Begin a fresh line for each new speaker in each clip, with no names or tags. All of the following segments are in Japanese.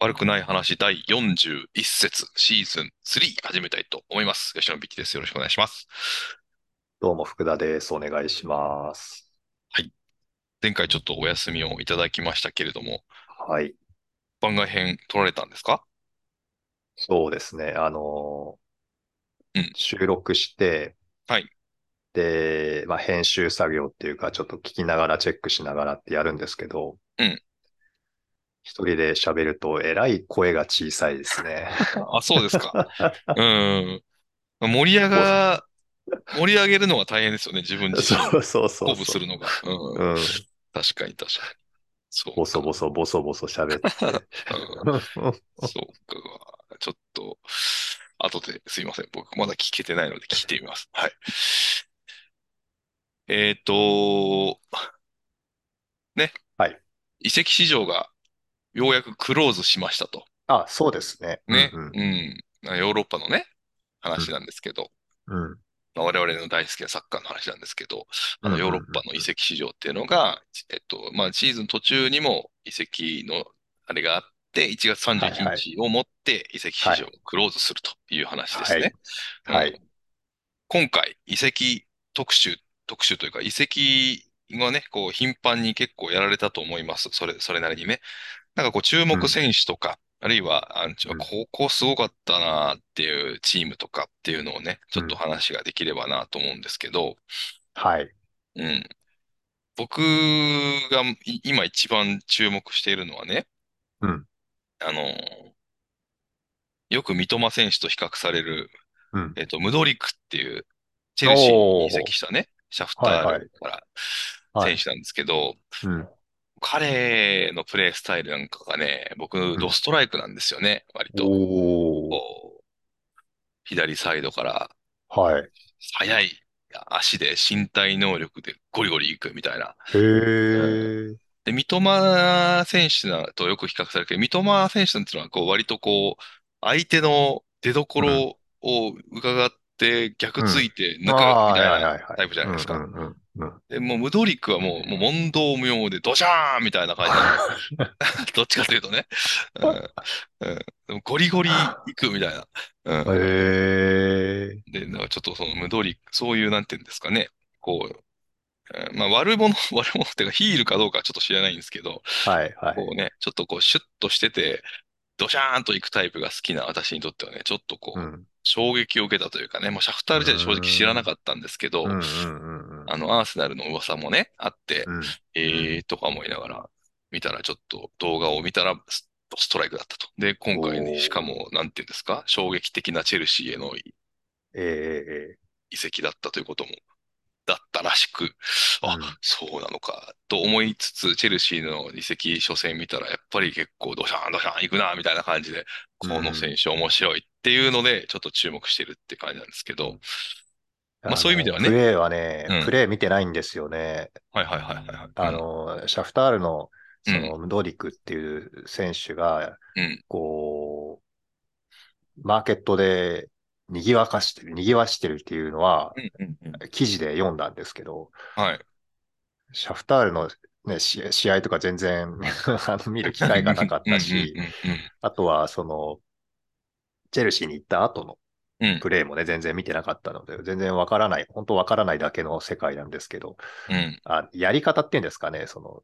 悪くない話第41節シーズン3始めたいと思います。吉野美希です。よろしくお願いします。
どうも、福田です。お願いします。
前回ちょっとお休みをいただきましたけれども、
はい。
番外編撮られたんですか
そうですね。あのー
うん
収録して、
はい
で、まあ、編集作業っていうか、ちょっと聞きながらチェックしながらってやるんですけど、
うん
一人で喋ると、えらい声が小さいですね。
あ、そうですか。 うーん。盛り上が、盛り上げるのは大変ですよね。自分自身を
そうそうそうそう。
鼓舞するのが。うん。
うん。
確かに確かに。そう
ボソボ
ソ。
ソ、ボソボソ喋って。
うんそうか。ちょっと、後ですいません。僕まだ聞けてないので聞いてみます。はい。えっと、ね。
はい。
移籍市場がようやくクローズしましたと。
あ、そうですね。
ね。
うん
うん。ヨーロッパのね、話なんですけど、
うん。うん
まあ我々の大好きなサッカーの話なんですけど、あ
うん
の
うん
ヨーロッパの移籍市場っていうのが、えっと、まあ、シーズン途中にも移籍のあれがあって、1月31日をもって移籍市場をクローズするという話ですね。
は
うん
い。
今回、移籍特集、特集というか、移籍がね、こう、頻繁に結構やられたと思います。それ、それなりにね。なんかこう、注目選手とか、あるいは、あの、ちょ
うん
ここすごかったなっていうチームとかっていうのをね、ちょっと話ができればなと思うんですけど、
はい。
うん。僕がい今一番注目しているのはね、
うん
あの、よく三笘選手と比較される、
うん。
えっと、ムドリクっていう、チェルシーに移籍したね、シャフター
はいは
ルから
はい
選手なんですけど、
うん。
彼のプレースタイルなんかがね、僕、
ん
ドストライクなんですよね、割と。
おー。
こう左サイドから
はい。
速い足で身体能力でゴリゴリ行くみたいな。
へえ。
で、三笘選手なとよく比較されるけど、三笘選手なんていうのは、こう、割とこう、相手の出所を伺って、逆ついて、抜くみ
あー
たい
はい
な
はいはい
タイプじゃないです
う
か。
んうんうん うん
で、もう、ムドリクはもう、もう問答無用で、ドシャーンみたいな感じなん で どっちかというとね。うん。うんでもゴリゴリ行くみたいな。うん。
へえ。
で、なんかちょっとその無道理、そういう、なんていうんですかね、こう、えーまあ悪者、 悪者っていうかヒールかどうかはちょっと知らないんですけど、
はいは
こ
い。
うね、ちょっとこうシュッとしてて、ドシャーンと行くタイプが好きな私にとってはね、ちょっとこ
う
う、
ん
衝撃を受けたというかね、もうシャフタール時代正直知らなかったんですけど
う、んうんうんうん。
あの、アーセナルの噂もね、あって、
うん
えーとか思いながら、見たらちょっと動画を見たらス、ストライクだったと。で、今回
お
ね、
ー
しかも、なんていうんですか、衝撃的なチェルシーへの
ええええ
遺跡だったということも、だったらしく、あ、
うん
そうなのか、と思いつつ、チェルシーの移籍初戦見たら、やっぱり結構ドシャーンドシャーン行くな、みたいな感じで、この選手面白いっていうので、ちょっと注目してるって感じなんですけど、まあそういう意味ではね
プレーはね
うん、
プレー見てないんですよね。
はいはいはいはいはい。
あの、シャフタールの、
う
そ
ん
の、ムドリクっていう選手が、
うん
こう、マーケットで賑わかしてる、賑わしてるっていうのは、
うんうんうん
記事で読んだんですけど、
はい。
シャフタールの、ね、試合試合とか全然 あの見る機会がなかったし
う、んう
あとはその、チェルシーに行った後の
んうんうん
プレーもね、全然見てなかったので、全然わからない、本当わからないだけの世界なんですけど、
うん
あやり方っていうんですかね、その、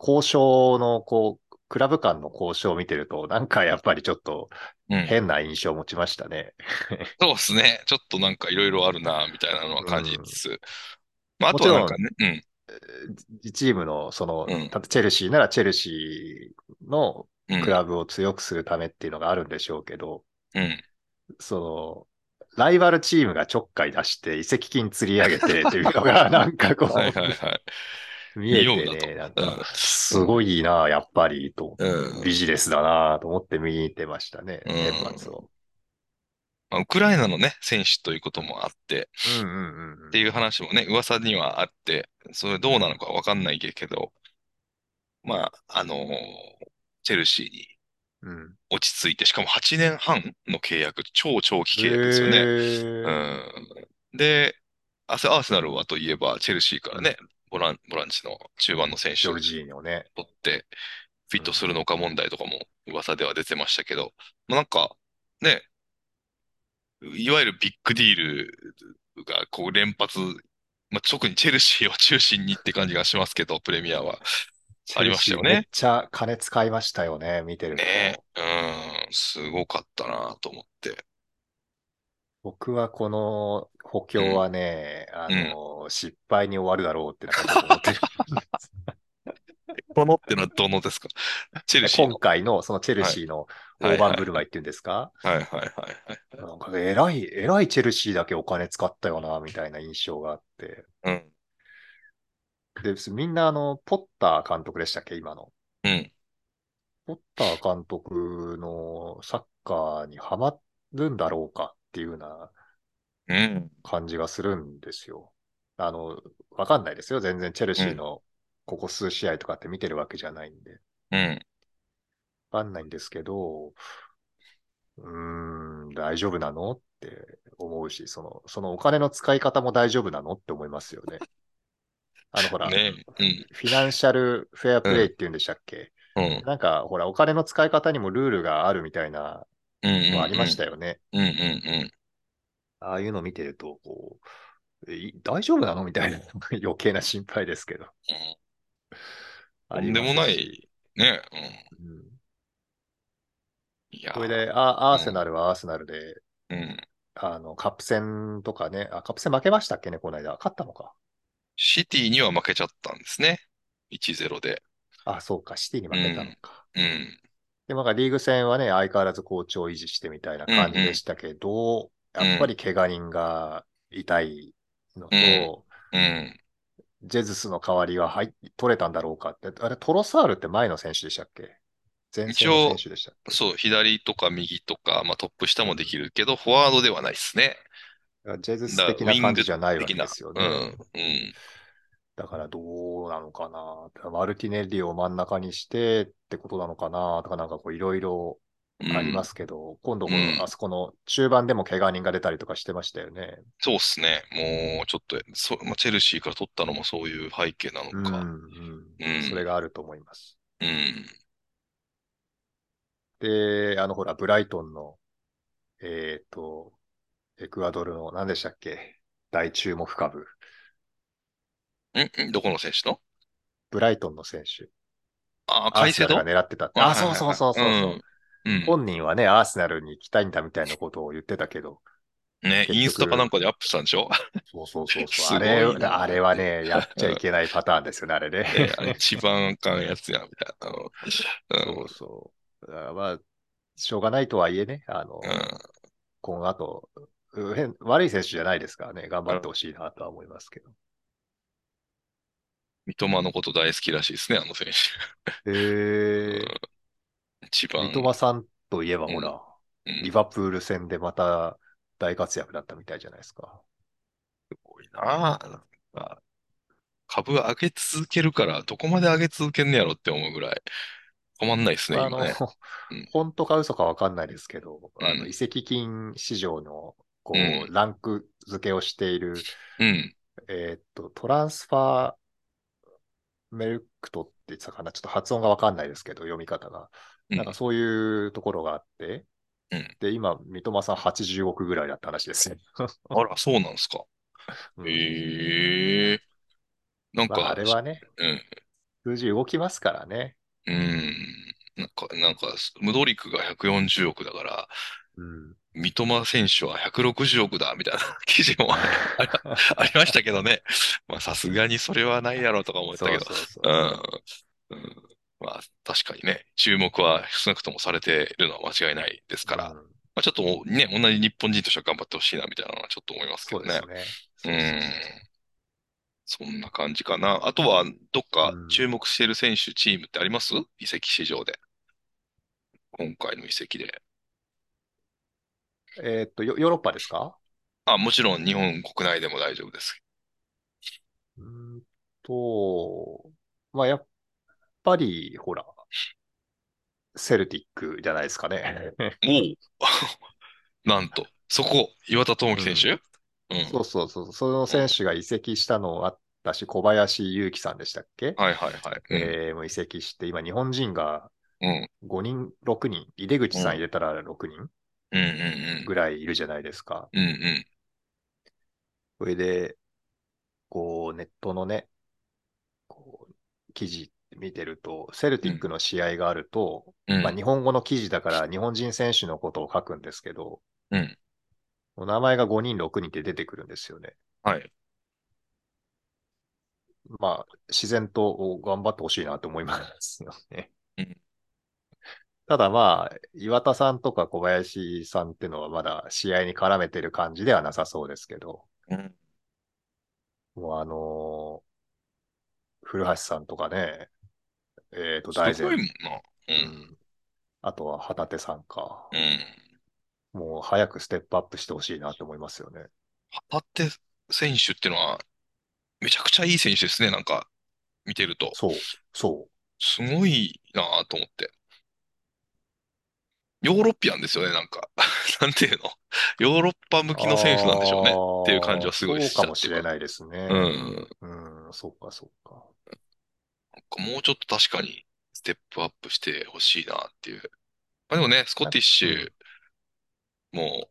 交渉の、こう、クラブ間の交渉を見てると、なんかやっぱりちょっと
うん
変な印象を持ちましたね。
そうですね。ちょっとなんかいろいろあるな、みたいなのは感じつつ。まあ、あ
も
と
ちろ
はな
ん
んかね、うん。
じチームの、その、
うん
たチェルシーならチェルシーの
うん
クラブを強くするためっていうのがあるんでしょうけど、
うん。
その、ライバルチームがちょっかい出して、移籍金釣り 上げてっていうのが、なんかこ
はいはいはい。
う、見えて
見ようだ
ね、なん
うん
か、すごいなあ、やっぱり、と。
うん
ビジネスだなあと思って見てましたね、
うん
年末を。
まあ、ウクライナのね、選手ということもあって、
うんうんうんうん
っていう話もね、噂にはあって、それどうなのかわかんないけど、まあ、あのーチェルシーに
うん。
落ち着いて、しかも8年半の契約、超長期契約ですよ
へ
ね。
え
うん。で、アセアーセナルはといえば、チェルシーからね、ボラン、ボランチの中盤の選
ジ
手
ョ
を
ルジーニョね。
取って、フィットするのか問題とかも噂では出てましたけど、まあ、なんか、ね、いわゆるビッグディールがこう連発、まあ、特にチェルシーを中心にって感じがしますけど、プレミアは。ありましたよね
めっちゃ金使いましたよね、見てると。
ね、うん、すごかったなと思って。
僕はこの補強はね、あの、失敗に終わるだろうってなんか思って る。
どのってのはどのですかチェルシー
今
の。
回のそのチェルシーの大盤振る舞いっていうんですか、
はいはいはいはい。
なんか偉い、偉いチェルシーだけお金使ったよな、みたいな印象があって。
うん。
で、みんなあの、ポッター監督でしたっけ、今の。
うん。
ポッター監督のサッカーにハマるんだろうかっていうような
うん。
感じがするんですよ。あの、わかんないですよ。全然チェルシーのここ数試合とかって見てるわけじゃないんで。
うん。
わかんないんですけど、うーん、大丈夫なのって思うし、その、そのお金の使い方も大丈夫なのって思いますよね。あの、ほら、
ねうん。
フィナンシャルフェアプレイっていうんでしたっけ、
うん。
なんか、ほら、お金の使い方にもルールがあるみたいな
うんうんうん。
のありましたよね。
うんうんうん。
ああいうの見てると、こう、えい大丈夫なのみたいな 余計な心配ですけど。
と
あ
ん
り
で
ます
もない。ね
うん
うん。いやー
これで、あアーセナルはアーセナルで、
うん。
あの、カップ戦とかね、あ、カップ戦負けましたっけね、この間。勝ったのか。
シティには負けちゃったんですね。1-0で。
あ、そうか、シティに負けたのか。
うん。
でもなんかリーグ戦はね、相変わらず好調を維持してみたいな感じでしたけど、
うんうん
やっぱり怪我人が痛いのと、
うん。
ジェズスの代わりは入っ取れたんだろうかって、あれ、トロサールって前の選手でしたっけ前線の選手でしたっけ
そう、左とか右とか、まあトップ下もできるけど、フォワードではないですね。
ジェズス的な感じじゃないわけ
的な。
ですよ
う
ね。
ん。うん。。
だからどうなのかな。マルティネッリを真ん中にしてってことなのかなとか、なんかこういろいろありますすけど、今度こ
うん
の、あそこの中盤でも怪我人が出たりとかしてましたよね。
そうっすね。もう、ちょっと、そ、まあ、チェルシーから取ったのもそういう背景な
う
の
ん、う
か。
ん
うん
それがあると思います。
うん。
で、あのほら、ブライトンの、えっ、と、エクアドルの何でしたっけ大注目株。
んんどこの選手の
ブライトンの選手。
ああ、
ア
カ
ー
イ
セ
セ
ナル
ド
が狙ってたって。
は
あ、
いはい
そ
は
う
い
そうそうそうそう。
うん。
本人はね、アーセナルに行きたいんだみたいなことを言ってたけど。
ね、
結
インスタか
局
なんかでアップしたんでしょ
そうそうそ う
すご
そう。
い
あれ、
な
あれはね、やっちゃいけないパターンですよね、あ れ
ね
ね。
あれ一番あかんやつや、みたいな。うん。う
そ
ん
うそう。だからまあ、しょうがないとはいえね、あの、
う
この後、う変悪い選手じゃないですからね、頑張ってほしいなとは思いますけど。
ん。三笘のこと大好きらしいですね、あの選
へ
手。
え
うん 一
三
番。
笘さんといえばほら、
うん
リバプール戦でまた大活躍だったみたいじゃないですか。
多いなぁ。なんか株上げ続けるから、どこまで上げ続けんねやろって思うぐらい。止まんないですね、
あ
今
の
ね。、うん
本当か嘘かわかんないですけど、あ
う
の、
ん
移籍金市場の、こ
う
う、ランク付けをしている、
うん。
えーっと、トランスファーメルクトって言ってたかな、ちょっと発音がわかんないですけど、読み方が。
うん
なんかそういうところがあって、
うん
で、今、三笘さん80億ぐらいだった話ですね。
あら、そうなんですか。
うん
へえ。なん
まあ、
か、
あれはね、
うん。
数字動きますからね。
うん。なんか、なんか、ムドリクが140億だから、
うん。
三笘選手は160億だ、みたいな 記事もありましたけどね。まあ、さすがにそれはないやろうとか思った
そ
け
う
ど。
そうそう
ん。う
う。
んまあ、確かにね、注目は少なくともされているのは間違いないですから、ま
うん
あ、ちょっともうね、同じ日本人としては頑張ってほしいなみたいなのはちょっと思いますけ
そ
ど
うです
ね
ね。。
う
そうそうそ
ん。そんな感じかな。あとは、どっか注目している選手、チームってあります移籍市場で。今回の移籍で。
うえーっと、ヨヨーロッパですか
あ、もちろん日本国内でも大丈夫です。
うーんと、まあ、やっぱり、ほら、セルティックじゃないですか ね。
おお なんと、そこ、岩田智樹選手うん。
そうそうそう。その選手が移籍したのあっったし、小林祐希さんでしたっけ、
はいはいはい。うん
えーもう移籍して、今日本人が
うん。
5人、6人、井出口さん入れたら6人
うん
ぐらいいるじゃないですか。
うんうん。うんうん。
それで、こう、ネットのね、こう、記事見てると、セルティックの試合があると、
うん
まあ日本語の記事だから日本人選手のことを書くんですけど、
うん
お名前が5人、6人って出てくるんですよね。
はい。
まあ、自然とお頑張ってほしいなと思いますよね
うん。
ただまあ、岩田さんとか小林さんっていうのはまだ試合に絡めてる感じではなさそうですけど、
うん
もうあのー古橋さんとかね、えっ、と、大
す
然
ごいもんな。う。
うんんあとは旗手さんか
う。ん。
もう早くステップアップしてほしいなと思いますよね。
旗手選手ってのは、めちゃくちゃいい選手ですね、なんか、見てると。
そう、そう。
すごいなぁと思って。ヨーロピアンですよね、なんか。 なんていうの。ヨーロッパ向きの選手なんでしょうね。っていう感じはすごい
あー
しちゃっ
そう
て
かもしれないですね。
うん。
うん、そうか、そうか。
もうちょっと確かにステップアップしてほしいなっていう。まあでもね、スコティッシュ、も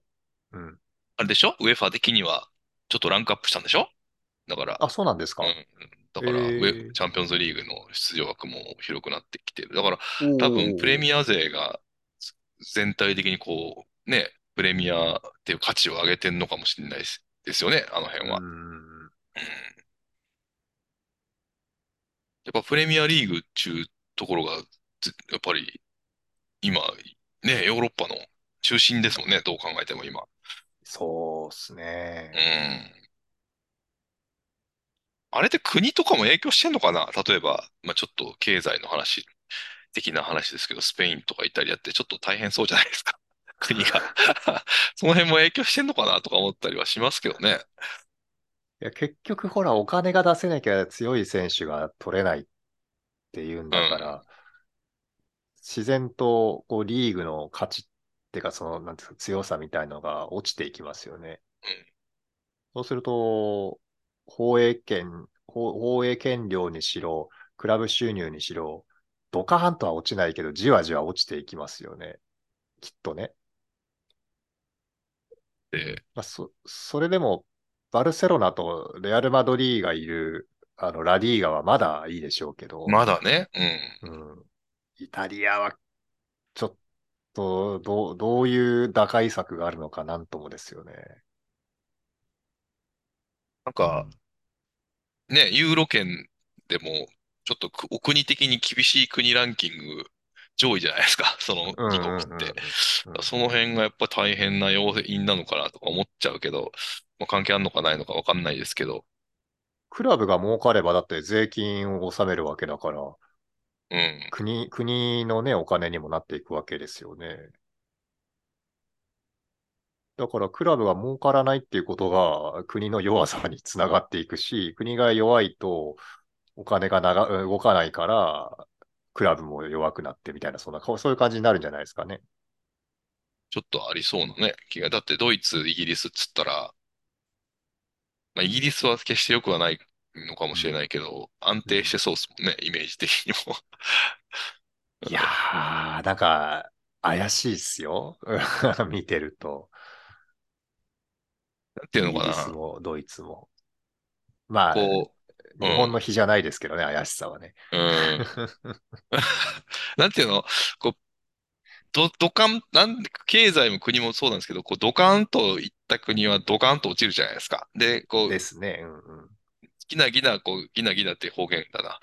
う、
うん。
あれでしょウェファー的には、ちょっとランクアップしたんでしょだから、
あ、そうなんですか
うん。。だから、
へー
ウェチャンピオンズリーグの出場枠も広くなってきてる。だから、
おー
多分プレミア勢が全体的にこう、ね、プレミアっていう価値を上げてんのかもしれないですですよね、あの辺は。
う
うん
ん
やっぱプレミアリーグっちゅうところが、ずやっぱり今、ね、ヨーロッパの中心ですもんね、どう考えても今。
そうっすね
う。ん。あれって国とかも影響してんのかな例えば、まあ、ちょっと経済の話的な話ですけど、スペインとかイタリアってちょっと大変そうじゃないですか。 国が。その辺も影響してんのかなとか思ったりはしますけどね。
いや結局、ほら、お金が出せなきゃ強い選手が取れないっていうんだから、
う
自然とこうリーグの価値ってか、そのなんていうか強さみたいのが落ちていきますよね。そうすると、放映権、放放映権料にしろ、クラブ収入にしろ、ドカーンとは落ちないけど、じわじわ落ちていきますよね。きっとね。
で、
まあ、そ、それでも、バルセロナとレアル・マドリーがいる、あの、ラリーガはまだいいでしょうけど、
まだね、うん。
うん、イタリアは、ちょっと、どう、どういう打開策があるのかなんともですよね。
なんか、ね、ユーロ圏でも、ちょっとくお国的に厳しい国ランキング上位じゃないですか、その
うん
自
うんうん
国
うん
って。
うん
その辺がやっぱ大変な要因なのかなとか思っちゃうけど、まあ、関係あるのかないのかわかんないですけど、
クラブが儲かれば、だって税金を納めるわけだから、
うん。
国、国のね、お金にもなっていくわけですよね。だから、クラブが儲からないっていうことが、国の弱さにつながっていくし、国が弱いと、お金がなが動かないから、クラブも弱くなってみたいな、そんな、そういう感じになるんじゃないですかね。
ちょっとありそうなね、気が。だってドイツ、イギリスっつったら、まあ、イギリスは決して良くはないのかもしれないけど、安定してそうですもんね、イメージ的にも。
いやー、なんか、怪しいっすよ。 見てると。
なんていうのか
イギ
な、
リスもドイツも。まあ、
こう、う
日
ん
本の比じゃないですけどね、怪しさはね。
うん。 なんていうの、こう、ど、ドカン、なん、経済も国もそうなんですけど、こう、ドカンといった国はドカンと落ちるじゃないですか。で、こう、
ですね。うんうん。
ギナギナ、こう、ギナギナって方言だな。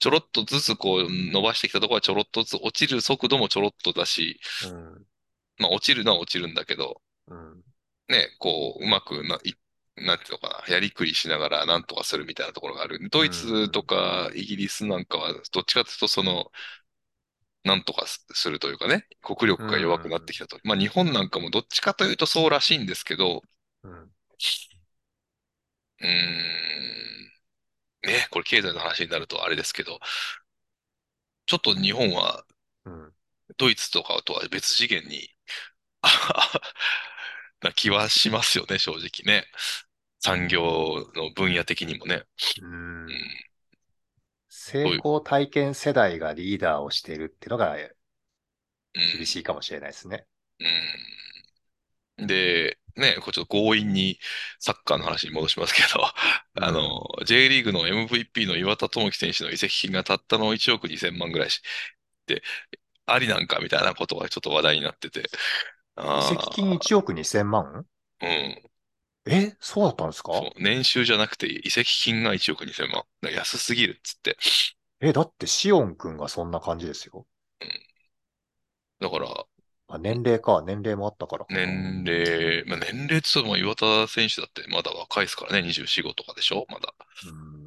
ちょろっとずつこう、伸ばしてきたところはちょろっとずつ、落ちる速度もちょろっとだし、
うん
まあ、落ちるのは落ちるんだけど、
うん
ね、こう、うまくな、い、なんていうのかな、やりくりしながらなんとかするみたいなところがある。ドイツとかイギリスなんかは、どっちかというと、その、なんとかすするというかね、国力が弱くなってきたと。まあ、日本なんかもどっちかというとそうらしいんですけど、
うん
うーん、ね、これ経済の話になるとあれですけど、ちょっと日本は
うん
ドイツとかとは別次元に、あははな気はしますよね、正直ね。産業の分野的にもね。
うん
うん。
成功体験世代がリーダーをしているっていうのが厳しいかもしれないですね。
うん。で、ね、こうちょっと強引にサッカーの話に戻しますけど、 あの、J リーグの MVP の岩田智樹選手の移籍金がたったの1億2000万ぐらいし、で、ありなんかみたいなことがちょっと話題になってて。あ
移
ー
籍金1億2000万
うん。
えそうだったんですか
そう年収じゃなくて移籍金が1億2000万。安すぎるっつって。
え、だってシオン君がそんな感じですよ。
だから、
あ年齢か、年齢もあったからかな。
年齢、まあ、年齢っつっても岩田選手だってまだ若いですからね、24、5とかでしょまだ。
うん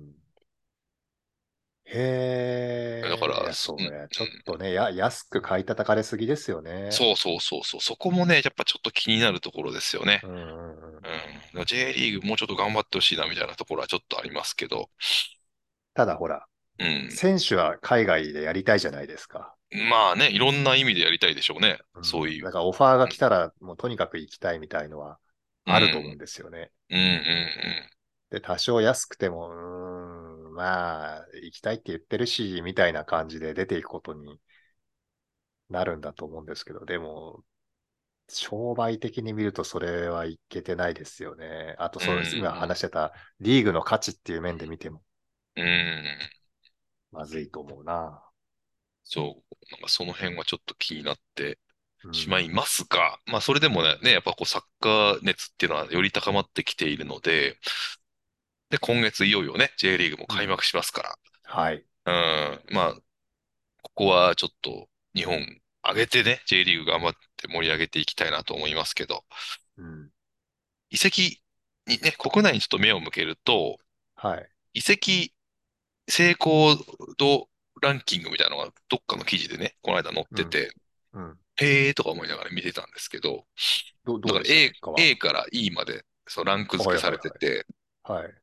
へえ。
だから
いやそう
う
ね。ちょっとね、や、安く買い叩かれすぎですよね。
そうそうそうそう。そこもね、やっぱちょっと気になるところですよね。
うんうんうん。
うん。だから J リーグもうちょっと頑張ってほしいなみたいなところはちょっとありますけど。
ただほら、
うん。
選手は海外でやりたいじゃないですか。
まあね、いろんな意味でやりたいでしょうね。
ん
そういう。
だからオファーが来たら、もうとにかく行きたいみたいのはあると思うんですよね。
うんうんうん。
で、多少安くても、うーん、まあ、行きたいって言ってるし、みたいな感じで出ていくことになるんだと思うんですけど、でも、商売的に見るとそれはいけてないですよね。あと、そうです。
うん
今話してたリーグの価値っていう面で見ても
うん。
まずいと思うな。
そう。なんかその辺はちょっと気になって
うん
しまいますが、まあそれでもね、ねやっぱこうサッカー熱っていうのはより高まってきているので、で、今月いよいよね、J リーグも開幕しますから、
はい。
うん、まあ、ここはちょっと日本上げてね、J リーグ頑張って盛り上げていきたいなと思いますけど、
うん。
移籍にね、国内にちょっと目を向けると、
はい。
移籍成功度ランキングみたいなのがどっかの記事でね、この間載ってて、
うん。
へーとか思いながら見てたんですけど、
ど、
だ
ど
から
うでした
A、A から E までそうランク付けされてて、
ははい。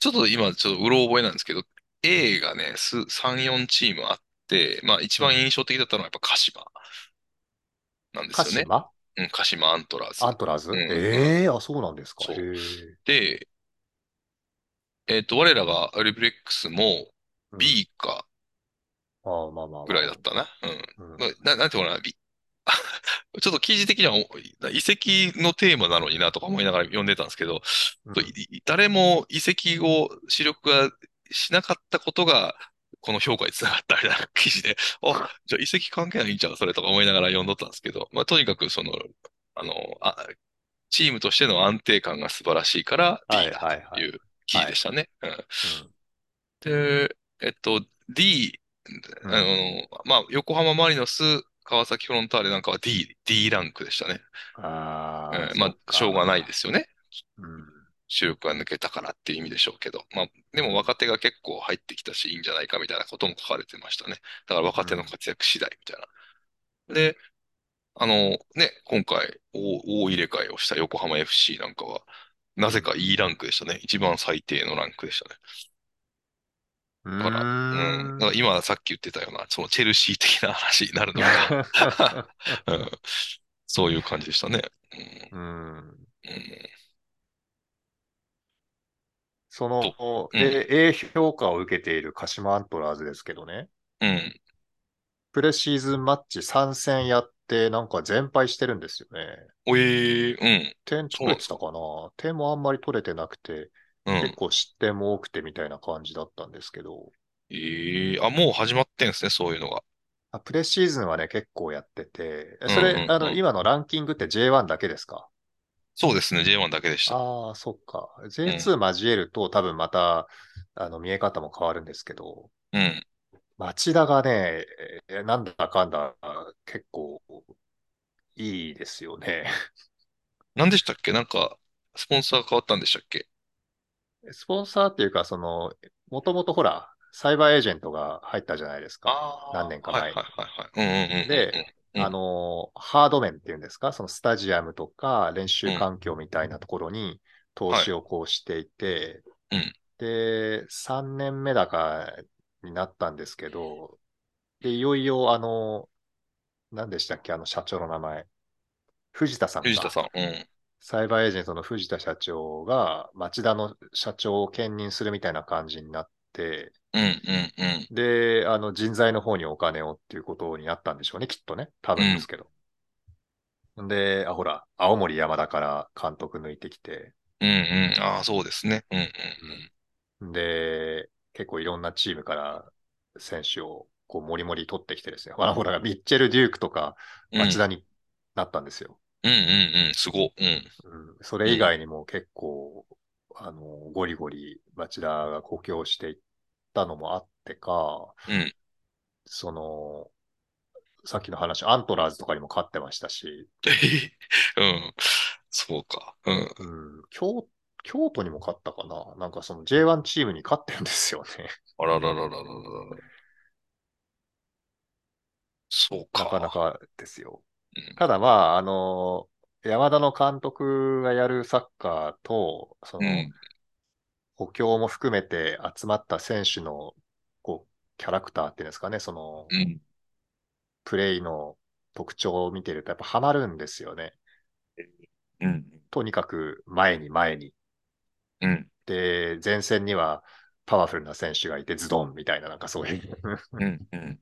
ちょっと今、ちょっとうろ覚えなんですけど、A がね、す3、4チームあって、まあ一番印象的だったのはやっぱ鹿島なんです
鹿
よね。
島
うん、鹿島アントラーズ
アントラーズ
うん
ええあ、そうなんですか。
そう
へえ
で、えっと、我らがアルビレックスも
うん
B か
ああ、まあまあまあ。
ぐらいだったな。うん。
うん。
まあな、なんていうのかな、び ちょっと記事的にはお遺跡のテーマなのになとか思いながら読んでたんですけど、
うん
とい誰も遺跡を主力がしなかったことが、この評価につながったみたいな記事で、あ、じゃあ遺跡関係ないんちゃうそれとか思いながら読んどったんですけど、まあ、とにかくその、あの、あ、チームとしての安定感が素晴らしいから
はい
D だ
はい
と
はい
いう記事でしたね。うん
うん
で、えっと、D、
うん
あの、まあ、横浜マリノス、川崎フロンターレなんかは D、D ランクでしたね。
あ
うん
あ、。
まあ、しょうがないですすよね。
うん
主力が抜けたからっていう意味でしょうけど。まあ、でも若手が結構入ってきたし、いいんじゃないかみたいなことも書かれてましたね。だから若手の活躍次第みたいな。で、あの、ね、今回、大大入れ替えをした横浜 FC なんかは、なぜか E ランクでしたね。一番最低のランクでしたね。
う
から
ー
うん、だから今さっき言ってたような、そのチェルシー的な話になるの か、うん、そういう感じでしたね。
うん
うんうん
その、
うん
え A 評価を受けている鹿島アントラーズですけどね、
うん、
プレシーズンマッチ3戦やって、なんか全敗してるんですよね。
おえー、うん、
点取れてたかな点もあんまり取れてなくて、
うん。
結構失点も多くてみたいな感じだったんですけど、
ええあ、もう始まってんですね、そういうのが。
あプレシーズンはね、結構やってて、えそれ、
うんうんうん
あの、今のランキングって J1 だけですか
そうですね、J1 だけでした。
ああ、そっか。J2 交えると、多分また、あの、見え方も変わるんですけど、
うん。
町田がね、えなんだかんだ、結構、いいですよね。
何でしたっけなんか、スポンサー変わったんでしたっけ
スポンサーっていうか、その、もともとほら、サイバーエージェントが入ったじゃないですか。
あ
何年か
はい
前
はいはいはい。うんうんうんうん。
で
うん
あの、ハード面っていうんですか、そのスタジアムとか練習環境みたいなところに投資をこうしていて、
はいうん
で、3年目だかになったんですけど、で、いよいよ、あの、何でしたっけ、あの社長の名前。藤田さんか。
藤田さん。うん。
サイバーエージェントの藤田社長が町田の社長を兼任するみたいな感じになって、
うんうんうん。
で、あの人材の方にお金をっていうことになったんでしょうね、きっとね。多分ですけど。で、あ、ほら、青森山田から監督抜いてきて、
うんうん。ああ、そうですね。うんうんうん。
で、結構いろんなチームから選手をこう、もりもり取ってきてですね。あほら、ミッチェル・デュークとか
うん
町田になったんですよ。
うんうんうん。すご。うん。
うん、それ以外にも結構、あの、ゴリゴリ町田が補強していったのもあってか、
うん
その、さっきの話、アントラーズとかにも勝ってましたし、
うん。そうか。うん。
うん、京、京都にも勝ったかななんかその J1 チームに勝ってるんですよね。
あらららららららら。そう
なかな
か。
かですよ
うん。
ただまあ、あの、山田の監督がやるサッカーと、その、
うん。
補強も含めて集まった選手の、こう、キャラクターっていうんですかね、その、
うん。
プレイの特徴を見てると、やっぱハマるんですよね。
うん。
とにかく前に前に。
うん。
で、前線にはパワフルな選手がいて、ズドンみたいな、なんかそういう、
うん。うん。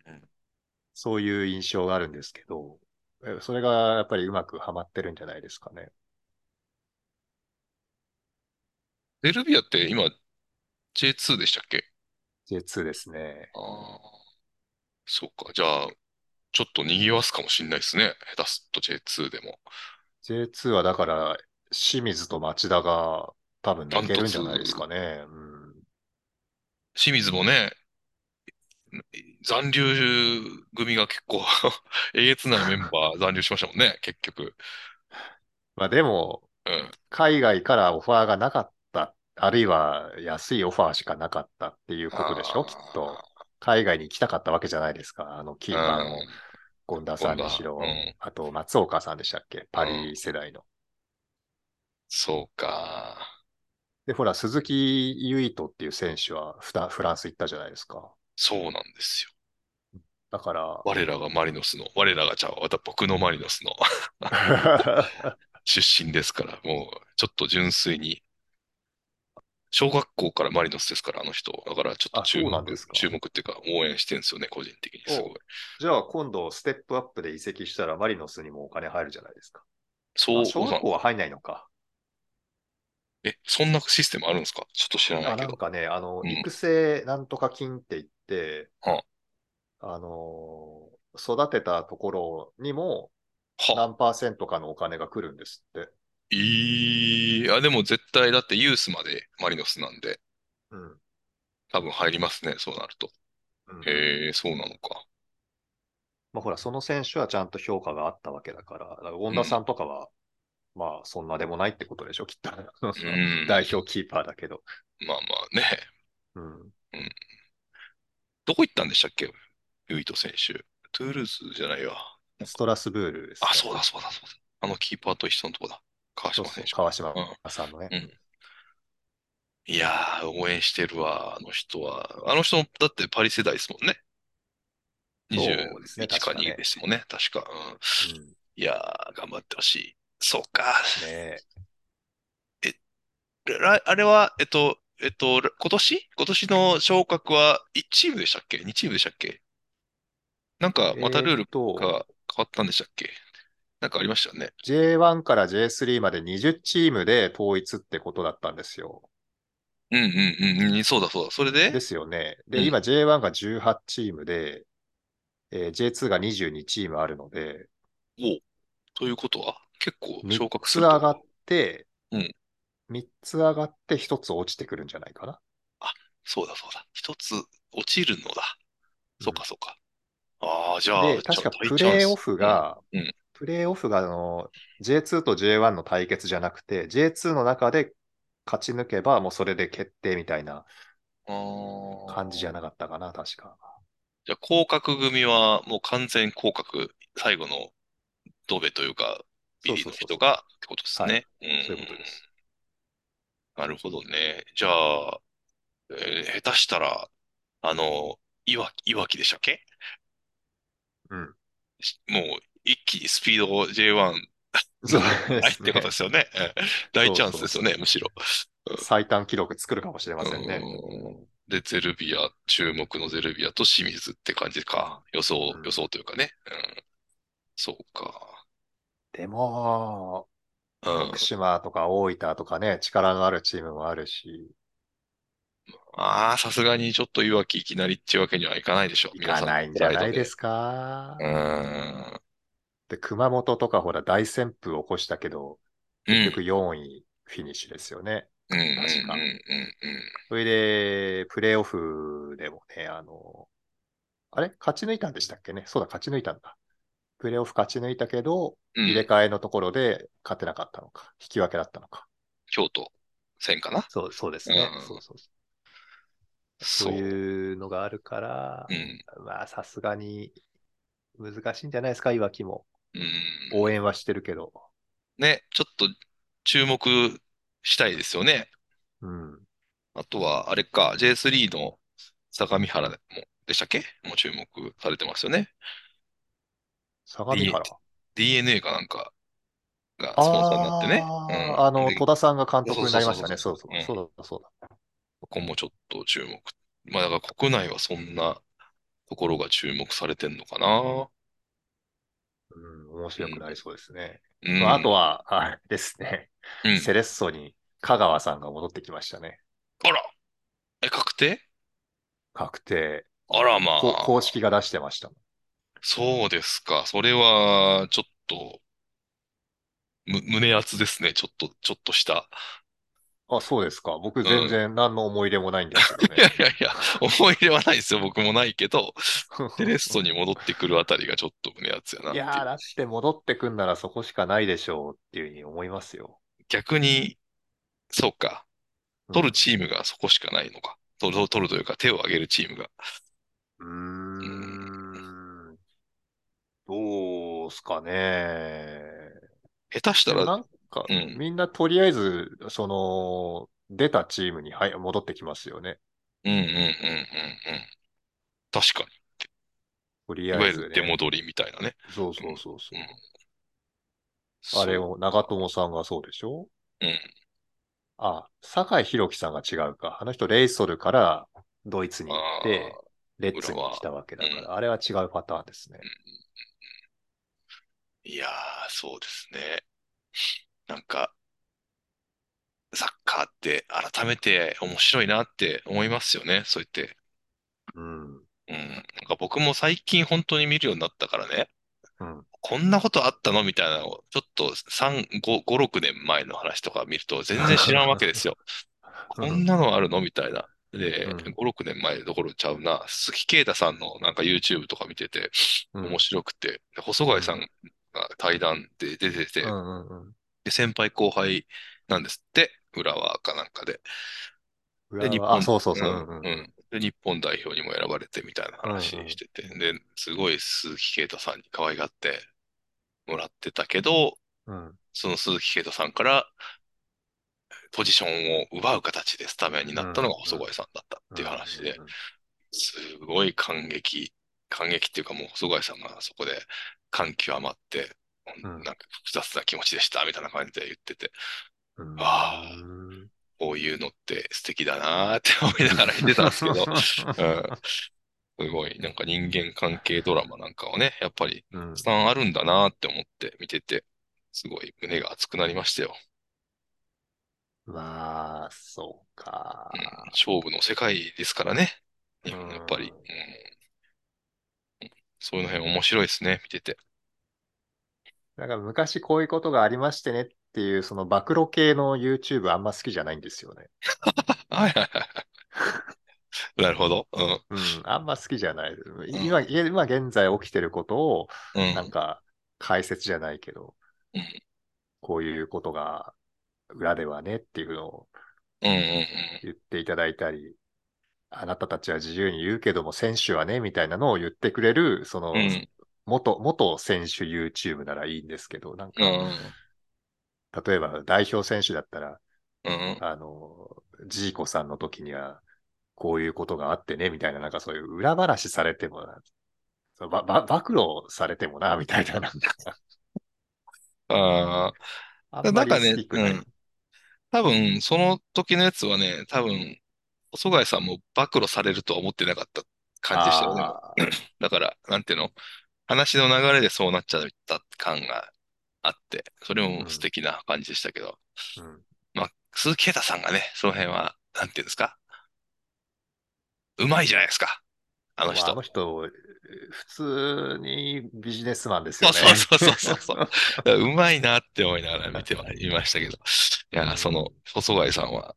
そういう印象があるんですけど、えそれがやっぱりうまくハマってるんじゃないですかね。
セルビアって今、J2 でしたっけ
J2 ですね。
ああ。そうか。じゃあ、ちょっと賑わすかもしれないですね。下手すっと J2 でも。
J2 はだから、清水と町田が多分抜けるんじゃないですかね。うん。
清水もね、残留組が結構 えげつないメンバー残留しましたもんね、結局。
まあでも、
うん。
海外からオファーがなかった、あるいは安いオファーしかなかったっていうことでしょ、きっと。海外に行きたかったわけじゃないですか。あの、キーパーの
うん
権田さんにしろ
権田うん、
あと松岡さんでしたっけパリ世代の。
そうか。
で、ほら、鈴木唯人っていう選手はフラフランス行ったじゃないですか。
そうなんですよ。
だから、
我らがマリノスの、我らがちゃうわ、また僕のマリノスの出身ですから、もうちょっと純粋に。小学校からマリノスですから、あの人。だからちょっと
あ
注
そうなん
目、
ですか
注目っていうか、応援してるんですよね、個人的にすごい。
じゃあ今度ステップアップで移籍したらマリノスにもお金入るじゃないですか。
そう、
あ小学校は入んないのか。
え、そんなシステムあるんですかちょっと知らない
あ、
け
な
ど
ん。かね、あの、
うん
育成なんとか金って言って、
は
あのー、育てたところにも
は、
何パーセントかのお金が来るんですって。
いい、あ、でも絶対、だってユースまでマリノスなんで、
うん。
多分入りますね、そうなると。
うん
へえ、そうなのか。
まあ、ほら、その選手はちゃんと評価があったわけだから、だから権田さんとかは、まあ、そんなでもないってことでしょ、きっと。
ん
代表キーパーだけど。
まあまあね。
うん。
どこ行ったんでしたっけユイト選手。トゥールーズじゃないわ。
ストラスブールですね、
あ、そうだ、そうだ、そうだ。あのキーパーと一緒のとこだ。川
そう
島
そう
選手。
川島さんのね。
いやー、応援してるわ、あの人は。あの人も、だってパリ世代ですもんね。
そうですね
21か
確かね
2ですもんね、確か。うん
うんね
いやー、頑張ってほしい。そうか。
え
らあれは、えっと、えっと、ら今年今年の昇格は1チームでしたっけ ?2 チームでしたっけなんか、またルール
えーと
が変わったんでしたっけなんかありましたよね。
J1 から J3 まで20チームで統一ってことだったんですよ。
うんうんうんうん、そうだそうだ。それで、
ですよね。
う
で、
ん
今 J1 が18チームで、えー J2 が22チームあるので、
おうということは、結構昇
3
格
つ
すると
上がって、
うん
3つ上がって1つ落ちてくるんじゃないかな。
そうだそうだ。一つ落ちるのだ。
うん
そうかそうか。ああ、じゃあ、
で、確
ち
か
ょ
プ
っと大チャンス
レーオフが、
うんうん
プレーオフがあの J2 と J1 の対決じゃなくて、J2 の中で勝ち抜けばもうそれで決定みたいな
ああ
感じじゃなかったかな、確か。
じゃあ、降格組はもう完全降格、最後のドベというか、ビリの人がってことですね。うん
そういうことです。
なるほどね。じゃあ、えー下手したら、あの、いわき、いわきでしたっけ
うん
しもう一気にスピードを J1
そう
ない ってことですよね。うん大チャンスですよね、むしろ。
最短記録作るかもしれませんね。
うんで、ゼルビア、注目のゼルビアと清水って感じか。予想
う、ん
予想というかね。うん。そうか。
でも、
うん
福。島とか大分とかね、力のあるチームもあるし、
ああ、さすがにちょっといわきいきなりっていうわけにはいかないでしょう。
行かないんじゃないです
か。
か。
うーん。
で、熊本とかほら大旋風起こしたけど、
うん
結局4位フィニッシュですよね。
うんうん
確か
うんうんうん。
それで、プレーオフでもね、あの、あれ勝ち抜いたんでしたっけねそうだ、勝ち抜いたんだ。プレーオフ勝ち抜いたけど、
うん
入れ替えのところで勝てなかったのか、引き分けだったのか。
京都戦かな
そう、そうですね
うん。
そうそうそう。
そ。
そうう
う
いうのがあるから、
ん。
まあ、さすがに難しいんじゃないですか、いわきも。
うん。
応援はしてるけど。
ね、ちょっと注目したいですよね。
うん。
あとは、あれか、J3 の相模原でも、でしたっけもう注目されてますよね。
相模原。
DNA かなんかがスポンサーになってね。
あ
う
ー
ん
あの、
で
戸田さんが監督になりましたね。
そ
そうう
そ
そう
そう
う、
そ
そうだ、そうだ。
ここもちょっと注目。まあだから国内はそんなところが注目されてんのかな。
うん、面白くなりそうですね。
うん。
まあ、あとは、あれですね、
うん
セレッソに香川さんが戻ってきましたね。
あら、え、確定
確定。
あらま
こ
あ、
公式が出してました。
そうですか。それは、ちょっと、む、胸熱ですね。ちょっと、ちょっとした。
あ、そうですか。僕全然何の思い入れもないんですけど
いやい
ね。
やいや、思い入れはないですよ。僕もないけど、テレッソに戻ってくるあたりがちょっと胸熱やなっ
い
ていう
やー、だって戻ってくんならそこしかないでしょうっていうふうに思いますよ。
逆に、そうか。
うん
取るチームがそこしかないのか。取る、取るというか、手を挙げるチームが。
うーん。どうすかね。
下手した
でもな
ら、
んか、
うん
みんなとりあえず、その、出たチームに、はい、戻ってきますよね。
うんうんうんうんうん。確か
とり
に。い
あ
わ
え
ゆ
ず、
る
ね。
出戻りみたいなね。
そうそうそうそう。
うん
あれを、長友さんがそうでしょ
うん
あ、酒井宏樹さんが違うか。あの人、レイソルからドイツに行って、レッツに来たわけだから、
裏
あれは違うパターンですね。
いやー、そうですね。なんか、サッカーって改めて面白いなって思いますよね、そう言って。
う
う
ん。
ん。なんか僕も最近本当に見るようになったからね、
うん。
こんなことあったのみたいなのを、ちょっと3、5、5、6年前の話とか見ると全然知らんわけです よ。こんなのあるのみたいな。で、
うん
5、6年前どころちゃうな。鈴木啓太さんのなんか YouTube とか見てて
うん
面白くて、で細貝さんが対談で出てて、
うんうんうん。
で、先輩後輩なんですって、浦和かなんかで。
裏は
日
あ、
本
そうそうそう。
うん
うんうん
うんで、日本代表にも選ばれてみたいな話してて、で、すごい鈴木啓太さんに可愛がってもらってたけど、
うん
その鈴木啓太さんから、ポジションを奪う形でスタメンになったのが
うん
細貝さんだったっていう話で
うん、うん
すごい感激、感激っていうかもう細貝さんがそこで感極まって、
うん
なんか複雑な気持ちでしたみたいな感じで言ってて、
うんうん
あー
うん
こういうのって素敵だなーって思いながら見てたんですけど、うん、すごい、なんか人間関係ドラマなんかをね、やっぱり
うん
たくさんあるんだなーって思って見てて、すごい胸が熱くなりましたよ。
まあ、そうか
うん。勝負の世界ですからね、日本
うん
やっぱり。うんそういうの辺面白いですね、見てて。
なんか昔こういうことがありましてねっていう、その暴露系の YouTube あんま好きじゃないんですよね。
はいはいはいはい。なるほど。うん。
うん、あんま好きじゃない。今、今現在起きてることを、
うん。
なんか解説じゃないけど、
うん
こういうことが裏ではねっていうのを
うんうん
言っていただいたり、あなたたちは自由に言うけども、選手はね、みたいなのを言ってくれる、その、
うん。うん。
元、元選手 YouTube ならいいんですけど、なんか、
うん。
例えば代表選手だったら、
うん。
あの、ジーコさんの時には、こういうことがあってね、みたいな、なんかそういう裏話されてもな、そうば、ば、暴露されてもな、みたいな、なんか、
あ
あ
あ、
んま
なんか
り
ね
好きくない。
うん多分、その時のやつはね、多分、細貝さんも暴露されるとは思ってなかった感じでしたよね。
あ
だから、なんていうの話の流れでそうなっちゃった感があって、それも素敵な感じでしたけど、
ーうん
まあ、鈴木啓太さんがね、その辺は、なんていうんですかうまいじゃないですか。あの
まあ
人
あの。人、普通にビジネスマンです
そ
よ
う
ね。
そうそうそうそう。だからうまいなって思いながら見てはいましたけど。いや、その、細貝さんは、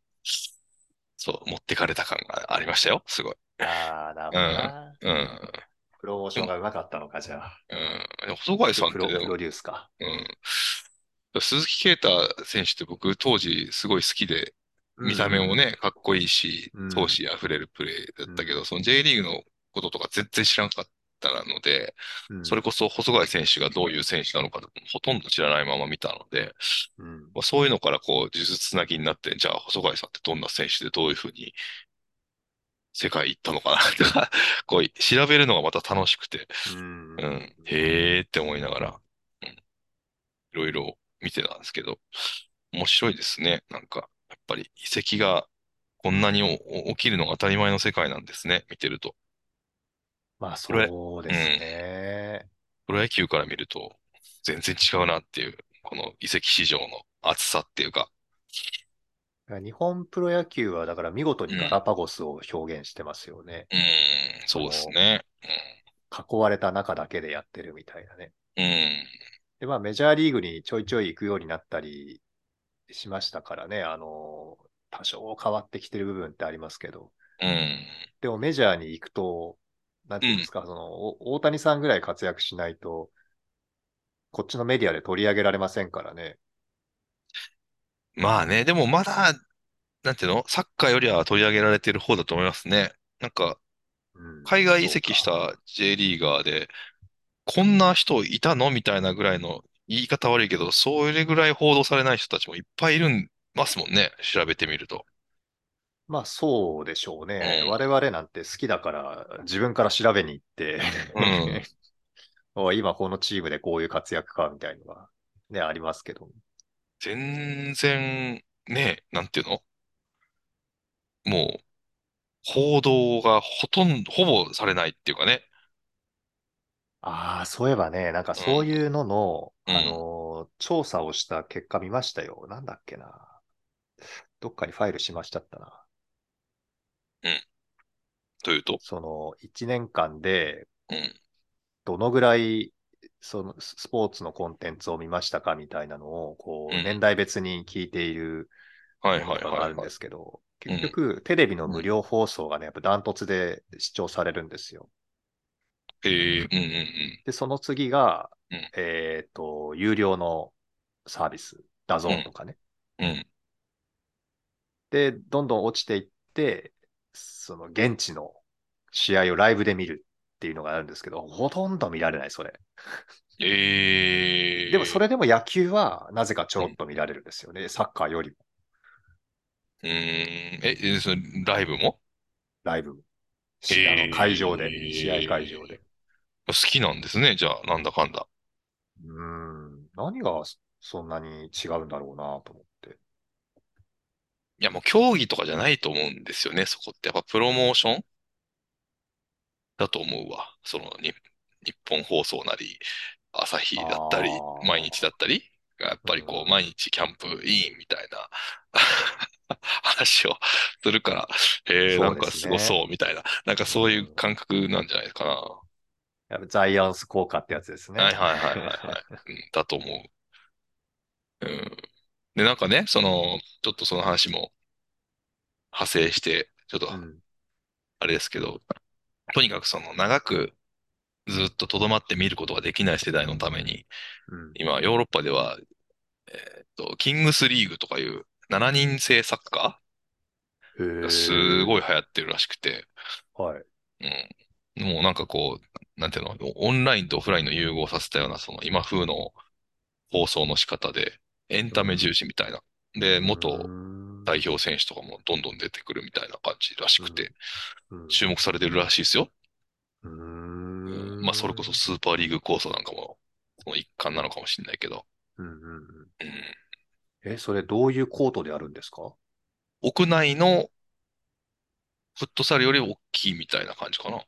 そう、持ってかれた感がありましたよ。すごい。
ああ、なるほどな。
うん。うん。
プロモーションがうまかったのか、じゃあ。
でも細貝さんっ
プ
て
ロ
で
プ
も、
ロデュースか。
うん。鈴木啓太選手って僕当時すごい好きで、見た目もね、かっこいいし
うん、
闘志あふれるプレーだったけど、その J リーグのこととか全然知らなかったので、
うん、
それこそ細貝選手がどういう選手なのかとかもほとんど知らないまま見たので、
うん
まあ、そういうのからこう、呪術つなぎになって、じゃあ、細貝さんってどんな選手でどういうふうに世界行ったのかなとか、こう、調べるのがまた楽しくて、
うん
うん、へーって思いながら、うん、いろいろ見てたんですけど、面白いですね。なんか、やっぱり遺跡がこんなにおお起きるのが当たり前の世界なんですね、見てると。
まあ、そ
れ
うですね。
プロ野球から見ると、全然違うなっていう、この遺跡市場の厚さっていうか、
日本プロ野球は、だから見事にガラパゴスを表現してますよね。
うん、そうですね。
囲われた中だけでやってるみたいなね。
うん、うん
で、まあ、メジャーリーグにちょいちょい行くようになったりしましたからね、あの、多少変わってきてる部分ってありますけど、
うん。
でもメジャーに行くと、なんていうんですか、その、お大谷さんぐらい活躍しないと、こっちのメディアで取り上げられませんからね。
まあね、でもまだ、なんていうのサッカーよりは取り上げられてる方だと思いますね。なんか、
うん
海外移籍し
そうか
た J リーガーで、こんな人いたのみたいなぐらいの、言い方悪いけど、それぐらい報道されない人たちもいっぱいいるんますもんね。調べてみると。
まあそうでしょうね。
うん
我々なんて好きだから自分から調べに行って、 お今このチームでこういう活躍かみたいのがね、ありますけど。
全然、ね、なんていうのもう、報道がほとんど、ほぼされないっていうかね。
ああ、そういえばね、なんかそういうのの、
うん
あのー調査をした結果見ましたよ。なんだっけな。どっかにファイルしましちゃったな。
というと。
その1年間で
うん。
どのぐらいそのススポーツのコンテンツを見ましたかみたいなのを、こう、
うん
年代別に聞いている
はい
もの
はい
とか
はい
があるん
はい
ですけど、
うん
結局、テレビの無料放送がね、やっぱダントツで視聴されるんですよ。
へえ、うんうんうん。
で、その次が
うん、
えっと、有料のサービス、ダゾーンとかね。
うん。
で、どんどん落ちていって、その現地の試合をライブで見るっていうのがあるんですけど、ほとんど見られない、それ。
ええ。
でもそれでも野球はなぜかちょろっと見られるんですよね。サッカーよりも、
うーん。え、えそのライブも
ライブも。
へー
あの会場で、試合会場で。
好きなんですね。じゃあ、なんだかんだ。
うーん、何がそんなに違うんだろうなと思って。
いや、もう競技とかじゃないと思うんですよね、そこって。やっぱプロモーションだと思うわ。その、に、日本放送なり、朝日だったり
あ、ー
毎日だったりが、やっぱりこ
う
う、
ん
毎日キャンプインみたいな 話をするから、えー、
そ
な
うんですね
かすごそうみたいな、なんかそういう感覚なんじゃないかな。
やっぱジャイアンス効果ってやつですね。
はいはいはいはいはい。 うんだと思う。うん。で、なんかね、その、ちょっとその話も派生して、ちょっと
うん
あれですけど、とにかくその長くずっととどまって見ることができない世代のために、
うん
今ヨーロッパでは、えーっと、キングスリーグとかいう7人制サッカ
へ
ー
ー
がすごい流行ってるらしくて、
はい。
うん。もうなんかこう、なんていうの、オンラインとオフラインの融合させたような、その今風の放送の仕方で、エンタメ重視みたいな。で、元代表選手とかもどんどん出てくるみたいな感じらしくて、
うん
注目されてるらしいですよ。
うー
うん
ん
まあ、それこそスーパーリーグ構想なんかも、その一環なのかもしれないけど。
うんうんうん。
うん、
え、それどういうコートであるんですか
屋内のフットサルより大きいみたいな感じかな。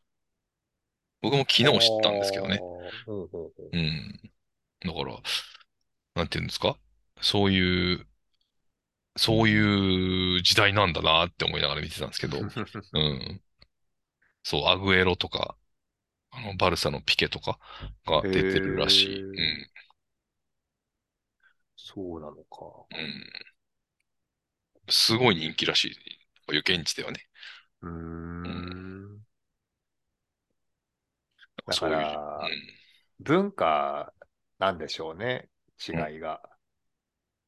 僕も昨日知ったんですけどね。。
あーうんうんうん
うん。だから、なんていうんですかそういう、そういう時代なんだなって思いながら見てたんですけど、うん。そう、アグエロとか、あの、バルサのピケとかが出てるらしい。
へー
うん、
そうなのか。
うん。すごい人気らしい。こういう現地ではね。
うーん。だ
そ
か
ういう、う
ら、
ん。
文化なんでしょうね、違いが。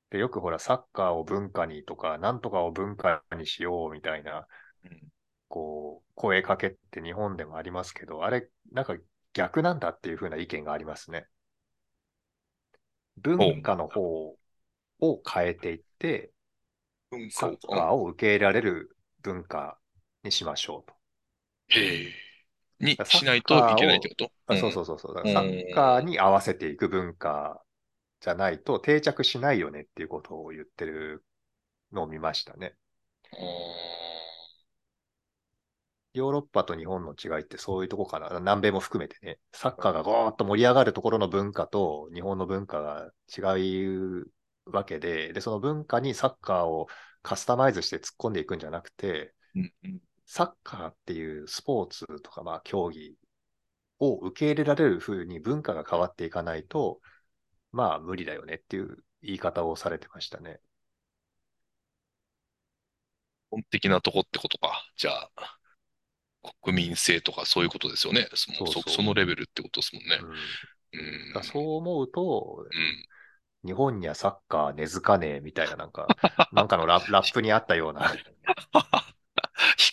で、よくほら、サッカーを文化にとか、なんとかを文化にしようみたいな、
うん
こう、声かけって日本でもありますけど、あれ、なんか逆なんだっていうふうな意見がありますね。文化の方を変えていって、
文化
サッ
を
カーを受け入れられる文化にしましょうと。
へえ。に
だから
しないといけないってこと
あそう
う
そ
ん。
うそうそう。だからサッカーに合わせていく文化じゃないと定着しないよねっていうことを言ってるのを見ましたね。ヨーロッパと日本の違いってそういうとこかな。南米も含めてね。サッカーがゴーッと盛り上がるところの文化と日本の文化が違うわけで、で、その文化にサッカーをカスタマイズして突っ込んでいくんじゃなくて、
うんうん
サッカーっていうスポーツとか、まあ、競技を受け入れられる風に文化が変わっていかないと、まあ、無理だよねっていう言い方をされてましたね。
基本的なとこってことか。じゃあ、国民性とかそういうことですよね。そ
そうそう
そそのレベルってことですもんね
うん、だ。
うん。
からそう思うと、
うん。
日本にはサッカー根付かねえみたい な、なんか、なんかのララップにあったような。
悲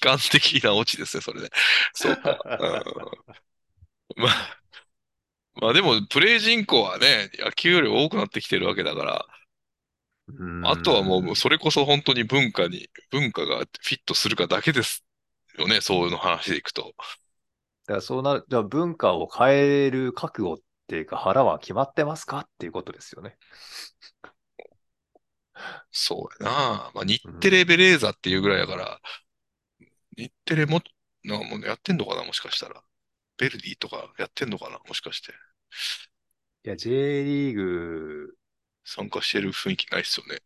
観的なオチですね、それね。 そうか。うんまあ、まあでも、プレイ人口はね、野球より多くなってきてるわけだから、あとはもう、それこそ本当に文化に、文化がフィットするかだけですよね、そういうの話でいくと。
だからそうなる、じゃあ文化を変える覚悟っていうか腹は決まってますかっていうことですよね。
そうやな。まあ、日テレベレーザっていうぐらいだから、日テレも、なもうやってんのかな、もしかしたら。ベルディとかやってんのかな、もしかして。
いや、J リーグ
参加してる雰囲気ないっすよね。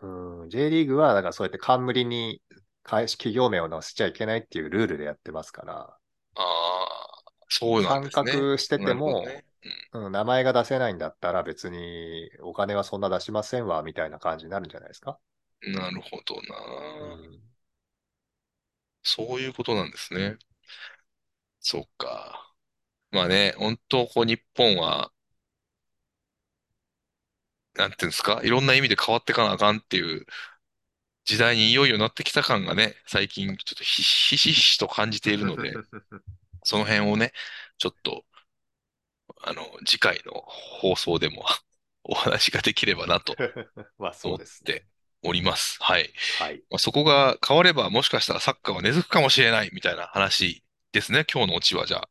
うん、J リーグは、だからそうやって冠に会社企業名を載せちゃいけないっていうルールでやってますから、
ああ、そうなん
参
ですね。
画してて
なるほ
も、
どねうん
うん、名前が出せないんだったら別にお金はそんな出しませんわ、みたいな感じになるんじゃないですか。
なるほど
う
な。
ん
そういうことなんですね。そっか。まあね、本当こう日本は、なんていうんですか、いろんな意味で変わってかなあかんっていう時代にいよいよなってきた感がね、最近ちょっとひひしひしと感じているの で、その辺をね、ちょっと、あの、次回の放送でもお話ができればなと
まあそ
思
う
っ
ですね。
ております。はい。
はい。
まあ、そこが変われば、もしかしたらサッカーは根付くかもしれないみたいな話ですね、今日のオチはじゃあ。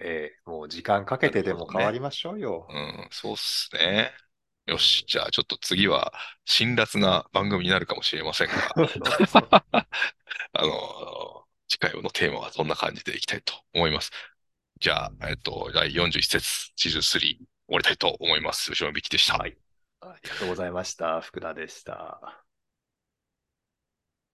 えーもう時間かけてでも変わりましょうよ。
うん、そうっすね。よし、じゃあちょっと次は辛辣な番組になるかもしれませんが、 あの次回のテーマはそんな感じでいきたいと思います。じゃあ、えっと、第41節、シーズン3、終わりたいと思います。吉野美希でした。
はいありがとうございました。福田でした。